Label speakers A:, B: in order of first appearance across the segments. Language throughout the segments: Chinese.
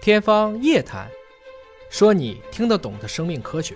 A: 天方夜谭，说你听得懂的生命科学。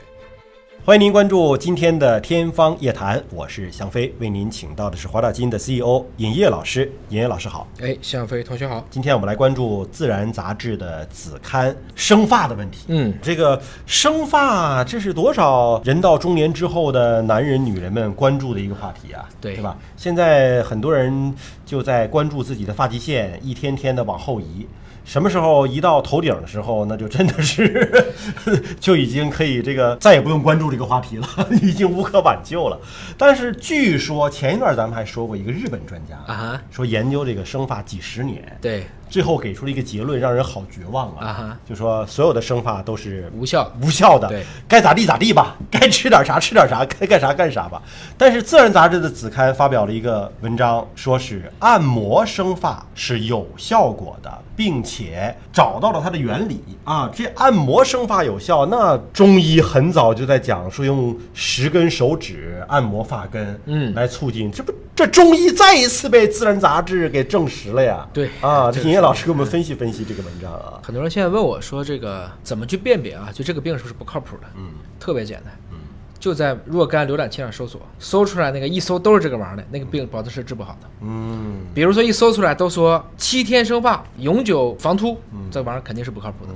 B: 欢迎您关注今天的《天方夜谭》，我是向飞，为您请到的是华大基因的 CEO 尹烨老师。尹烨老师好，
A: 哎，向飞同学好。
B: 今天我们来关注《自然》杂志的子刊生发的问题。
A: 嗯，
B: 这个生发，这是多少人到中年之后的男人、女人们关注的一个话题啊，
A: 对
B: 对吧？现在很多人就在关注自己的发际线，一天天的往后移。什么时候移到头顶的时候，那就真的是 就已经可以这个再也不用关注这个话题了， 已经无可挽救了。但是据说前一段咱们还说过一个日本专家
A: 啊哈
B: 说研究这个生发几十年，
A: 对，
B: 最后给出了一个结论，让人好绝望
A: 啊哈
B: 啊！就说所有的生发都是
A: 无效。
B: 无效的，
A: 对，
B: 该咋地咋地吧， 该吃点啥吃点啥， 该干啥干啥吧。但是《自然》杂志的子刊发表了一个文章，说是按摩生发是有效果的，并且找到了它的原理啊。这按摩生发有效，那中医很早就在讲说用十根手指按摩发根，
A: 嗯
B: 来促进，这不这中医再一次被《自然》杂志给证实了呀。
A: 对
B: 啊，这尹烨老师给我们分析分析这个文章啊。
A: 很多人现在问我说，这个怎么去辨别啊？就这个病是不是不靠谱的？嗯，特别简单，嗯，就在若干浏览器上搜索，搜出来那个一搜都是这个玩意儿的，那个病保证是治不好的。
B: 嗯。
A: 比如说一搜出来都说七天生发、永久防秃，这玩意儿肯定是不靠谱的。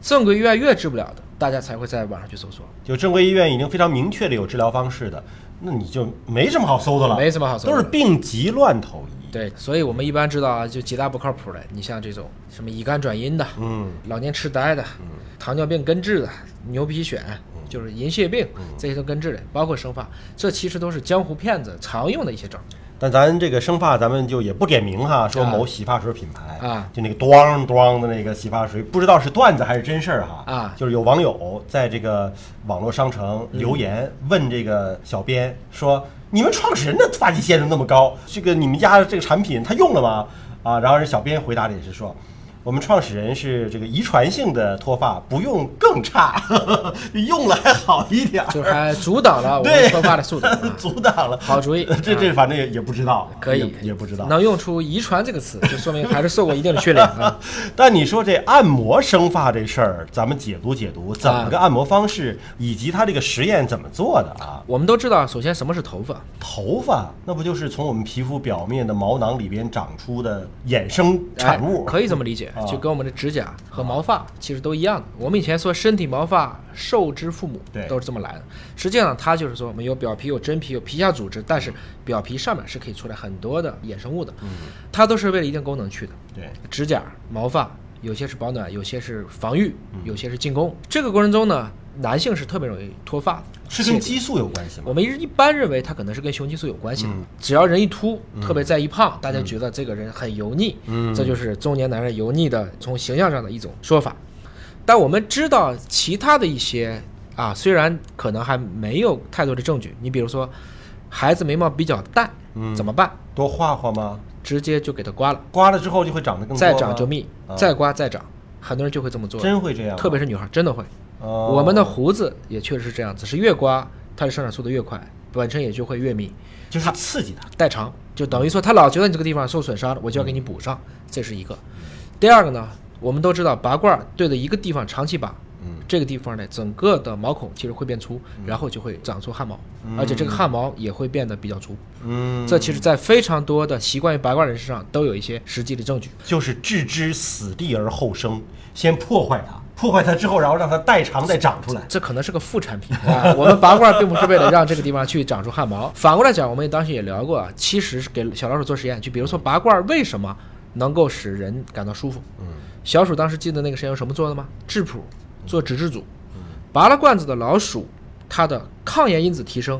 A: 正规医院越治不了的，大家才会在网上去搜索。
B: 就正规医院已经非常明确的有治疗方式的，那你就没什么好搜的了，
A: 没什么好搜的
B: 都是病急乱投医。
A: 对，所以我们一般知道啊，就几大不靠谱的，你像这种什么乙肝转阴的，
B: 嗯，
A: 老年痴呆的，糖尿病根治的，牛皮癣，
B: 嗯
A: 就是银屑病，这些都根治的，包括生发，这其实都是江湖骗子常用的一些招儿。
B: 但咱这个生发，咱们就也不点名哈，说
A: 啊
B: 某洗发水品牌
A: 啊
B: 就那个咣咣的那个洗发水，不知道是段子还是真事儿哈
A: 啊
B: 就是有网友在这个网络商城留言问这个小编说：“你们创始人的发际线都那么高，这个你们家这个产品他用了吗？”啊，然后人小编回答的也是说。我们创始人是这个遗传性的脱发，不用更差， 用了还好一点儿，
A: 就是还阻挡了我们
B: 对。
A: 脱发的速度、啊
B: 阻挡了。
A: 好主意 啊
B: 这这反正也也不知道，啊
A: 可以
B: 也也不知道。
A: 能用出“遗传”这个词，就说明还是受过一定的训练啊。
B: 但你说这按摩生发这事儿，咱们解读解读，怎么个按摩方式，以及它这个实验怎么做的啊？
A: 我们都知道，首先什么是头发，
B: 头发那不就是从我们皮肤表面的毛囊里边长出的衍生产物？
A: 哎可以这么理解
B: 啊，
A: 就跟我们的指甲和毛发其实都一样的。我们以前说身体毛发受之父母，
B: 对
A: 都是这么来的。实际上，它就是说我们有表皮、有真皮、有皮下组织，但是表皮上面是可以出来很多的衍生物
B: 嗯
A: 的，它都是为了一定功能去的。
B: 对，
A: 指甲、毛发，有些是保暖，有些是防御，
B: 嗯
A: 有些是进攻。这个过程中呢，男性是特别容易脱发的，
B: 是
A: 且
B: 跟激素有关系吗
A: 我？们一般认为它可能是跟雄激素有关系的。
B: 嗯
A: 只要人一秃，特别在一胖，大家觉得这个人很油腻，
B: 嗯
A: 这就是中年男人油腻的从形象上的一种说法。但我们知道其他的一些啊，虽然可能还没有太多的证据，你比如说孩子眉毛比较淡，
B: 嗯
A: 怎么办？
B: 多画画吗？
A: 直接就给它刮了，
B: 刮了之后就会长得更多
A: 再
B: 吗
A: 长就密，
B: 啊
A: 再刮再长，很多人就会这么做，
B: 真会这样吗？
A: 特别是女孩真的会。
B: 哦
A: 我们的胡子也确实是这样，只是越刮它的生长速度越快，本身也就会越密。
B: 就是刺激它。
A: 代偿，就等于说他老觉得你这个地方受损伤了，
B: 嗯
A: 我就要给你补上，这是一个。第二个呢，我们都知道拔罐儿对着一个地方长期拔，
B: 嗯
A: 这个地方呢整个的毛孔其实会变粗，然后就会长出汗毛，而且这个汗毛也会变得比较粗。
B: 嗯，
A: 这其实，在非常多的习惯于拔罐人身上都有一些实际的证据。
B: 就是置之死地而后生，先破坏它，破坏它之后，然后让它代偿再长出来。
A: 这可能是个副产品啊。我们拔罐并不是为了让这个地方去长出汗毛。反过来讲，我们当时也聊过啊，其实是给小老鼠做实验，就比如说拔罐为什么能够使人感到舒服？嗯，小鼠当时记得那个实验用什么做的吗？质谱，做脂质组。拔了罐子的老鼠，它的抗炎因子提升。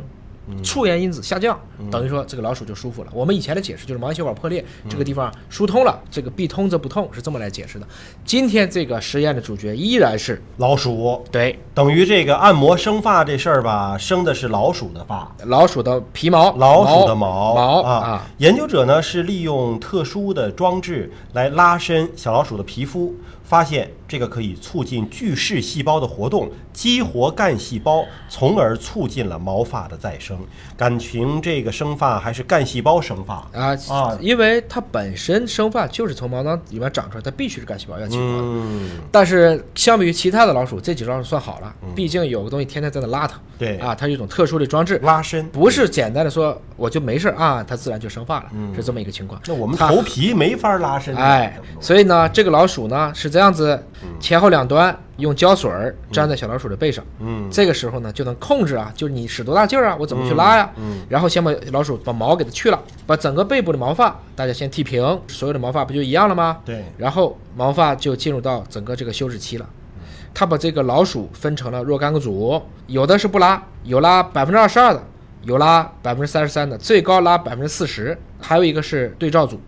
A: 促炎因子下降，等于说这个老鼠就舒服了。我们以前的解释就是毛细血管破裂，这个地方疏通了，这个必通则不痛，是这么来解释的。今天这个实验的主角依然是
B: 老鼠
A: 对
B: 等于这个按摩生发这事儿吧，生的是老鼠的发，
A: 老鼠的皮毛，
B: 老鼠的
A: 毛
B: 毛
A: 啊，
B: 研究者呢是利用特殊的装置来拉伸小老鼠的皮肤，发现这个可以促进巨噬细胞的活动，激活干细胞，从而促进了毛发的再生。感情这个生发还是干细胞生发
A: 啊
B: 啊，
A: 因为它本身生发就是从毛囊里面长出来，它必须是干细胞要起活的。
B: 嗯，
A: 但是相比于其他的老鼠，这几只老鼠算好了，毕竟有个东西天天在那拉它。
B: 对
A: 啊，它有一种特殊的装置，
B: 嗯拉伸。
A: 不是简单的说我就没事儿啊，它自然就生发了，
B: 嗯
A: 是这么一个情况。
B: 那我们
A: 它
B: 头皮没法拉伸，
A: 哎，所以呢，这个老鼠呢是这样子，前后两端用胶水儿粘在小老鼠的背上，
B: 嗯，
A: 这个时候呢就能控制啊，就是你使多大劲儿啊，我怎么去拉呀、
B: 嗯
A: 然后先把老鼠把毛给它去了，把整个背部的毛发大家先剃平，所有的毛发不就一样了吗？
B: 对
A: 然后毛发就进入到整个这个休止期了。他把这个老鼠分成了若干个组，有的是不拉，有拉百分之二十二的，有拉百分之三十三的，最高拉百分之四十，还有一个是对照组，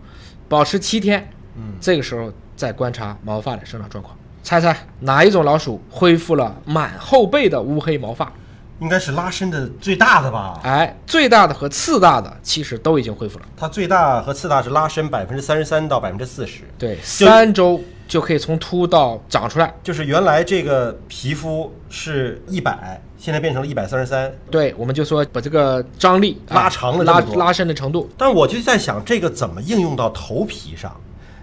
A: 保持七天，嗯，这个时候再观察毛发的生长状况。猜猜哪一种老鼠恢复了满后背的乌黑毛发？
B: 应该是拉伸的最大的吧？
A: 哎，最大的和次大的其实都已经恢复了。
B: 它最大和次大是拉伸百分之三十三到百分之四十，
A: 对，三周就可以从秃到长出来。
B: 就是原来这个皮肤是一百，现在变成了一百三十三。
A: 对，我们就说把这个张力啊
B: 拉长了这
A: 拉
B: 么多
A: 拉伸的程度，
B: 但我就在想，这个怎么应用到头皮上？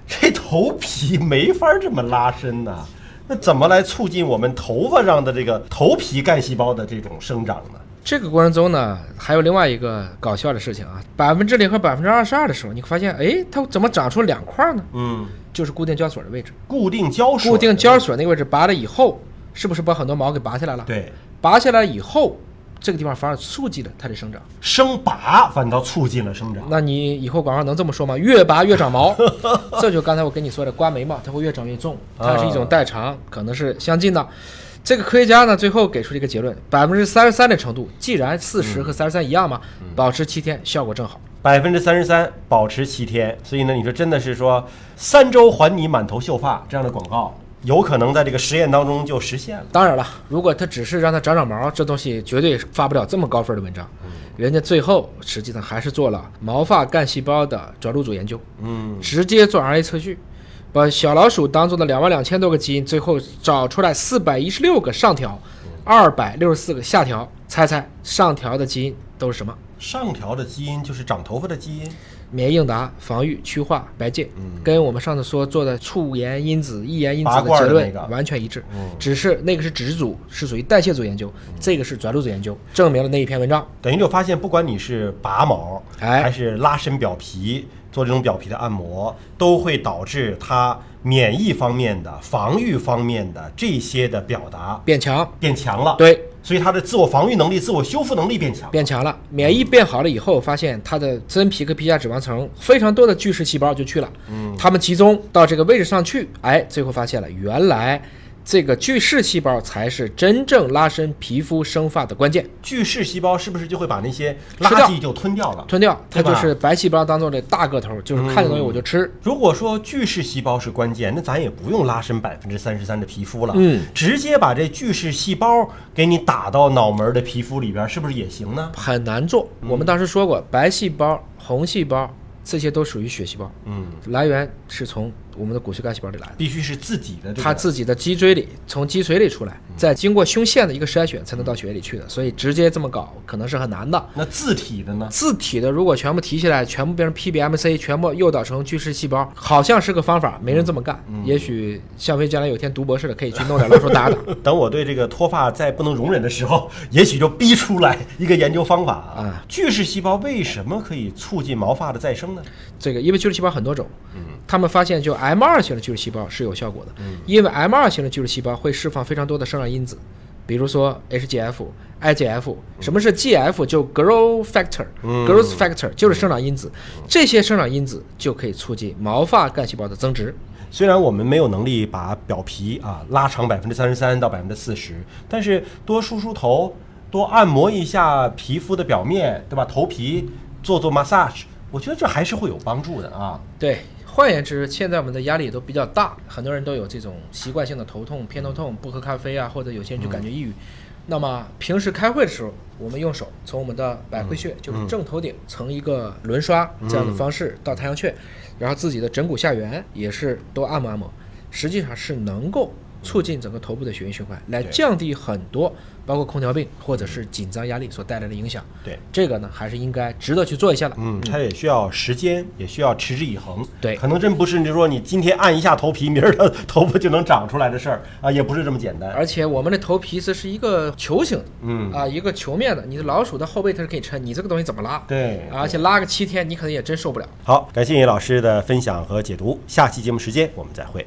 B: 这头皮没法这么拉伸呐、那怎么来促进我们头发上的这个头皮干细胞的这种生长呢？
A: 这个过程中呢，还有另外一个搞笑的事情啊，百分之零和百分之二十二的时候，你会发现，哎，它怎么长出两块呢？
B: 嗯，
A: 就是固定胶水的位置，
B: 固定胶水，
A: 固定胶水那个位置拔了以后，是不是把很多毛给拔下来了？，
B: 对，
A: 拔下来以后，这个地方反而促进了它的生长。
B: 生拔反倒促进了生长。
A: 那你以后广告能这么说吗？越拔越长毛，这就刚才我跟你说的刮眉毛，它会越长越重，它是一种代偿，可能是相近的。这个科学家呢，最后给出了一个结论：百分之三十三的程度，既然四十和三十三一样嘛，保持七天效果正好。
B: 百分之三十三保持七天，所以呢，你说真的是说三周还你满头秀发这样的广告，有可能在这个实验当中就实现了。
A: 当然了，如果它只是让它长长毛，这东西绝对发不了这么高分的文章。人家最后实际上还是做了毛发干细胞的着陆组研究，
B: 嗯，
A: 直接做 RNA 测序，把小老鼠当中的两万两千多个基因，最后找出来四百一十六个上调，二百六十四个下调。猜猜上调的基因都是什么？
B: 上调的基因就是长头发的基因，
A: 免疫应答、防御、祛化、白介，跟我们上次说做的促炎因子、抑炎因子
B: 嗯拔罐
A: 结
B: 儿的
A: 论
B: 那个嗯
A: 完全一致，只是那个是脂质组，是属于代谢组研究，这个是转录组研究，证明了那一篇文章。
B: 等于就发现，不管你是拔毛，
A: 哎
B: 还是拉伸表皮，做这种表皮的按摩，都会导致它免疫方面的、防御方面的这些的表达
A: 变强，
B: 变强了。，
A: 对，
B: 所以它的自我防御能力、自我修复能力变强。
A: 变强了，免疫变好了以后，发现它的真皮和皮下脂肪层非常多的巨噬细胞就去了，嗯，它们集中到这个位置上去，哎，最后发现了原来这个巨噬细胞才是真正拉伸皮肤生发的关键，
B: 巨噬细胞是不是就会把那些
A: 吃
B: 垃
A: 掉
B: 圾就吞掉了？
A: 吞掉它
B: 对吧嗯
A: 就是白细胞当中的大个头，就是看见东西我就吃。
B: 如果说巨噬细胞是关键，那咱也不用拉伸百分之三十三的皮肤了，
A: 嗯，
B: 直接把这巨噬细胞给你打到脑门儿的皮肤里边儿，是不是也行呢？
A: 很难做。我
B: 嗯
A: 们当时说过，白细胞、红细胞这些都属于血细胞，
B: 嗯，
A: 来源是从我们的骨髓干细胞里来的。
B: 必须是自己的这嗯
A: 它
B: 个
A: 自己的脊椎里，从脊髓里出来，再经过胸腺的一个筛选，才能到血液里去的。所以直接这么搞可能是很难的。
B: 那自体的呢？
A: 自体的如果全部提起来，全部变成 PBMC，全部诱导成巨噬细胞，好像是个方法，没人这么干。
B: 嗯
A: 也许向飞将来有天读博士了，可以去弄点老鼠打打。
B: 等我对这个脱发再不能容忍的时候， 也许就逼出来一个研究方法
A: 啊。
B: 巨噬细胞为什么可以促进毛发的再生呢？
A: 这个因为巨噬细胞很多种，他们发现就 M 二型的巨噬细胞是有效果的，因为 M 二型的巨噬细胞会释放非常多的生长因子，比如说 HGF、IGF，什么是 GF 就 growth factor，growth factor 就是生长因子，这些生长因子就可以促进毛发干细胞的增殖。
B: 虽然我们没有能力把表皮啊拉长百分之三十三到百分之四十，但是多梳梳头，多按摩一下皮肤的表面，对吧？头皮做做 massage，我觉得这还是会有帮助的啊。
A: 对，换言之，现在我们的压力也都比较大，很多人都有这种习惯性的头痛、偏头痛，不喝咖啡啊，或者有些人就感觉抑郁。那么平时开会的时候，我们用手从我们的百会穴，就是正头顶，呈一个轮刷这样的方式到太阳穴，然后自己的枕骨下缘也是都按摩按摩，实际上是能够促进整个头部的血液循环，来
B: 对
A: 降低很多包括空调病或者是紧张压力所带来的影响。
B: 对，
A: 这个呢还是应该值得去做一下的。
B: 嗯，它也需要时间，也需要持之以恒。
A: 对
B: 可能真不是你说你今天按一下头皮，明儿的头发就能长出来的事儿啊，也不是这么简单。
A: 而且我们的头皮子是一个球形的，
B: 嗯
A: 啊，一个球面的，你的老鼠的后背它是可以撑，你这个东西怎么拉？
B: 对
A: 而且拉个七天，你可能也真受不了。
B: 好，感谢尹老师的分享和解读，下期节目时间我们再会。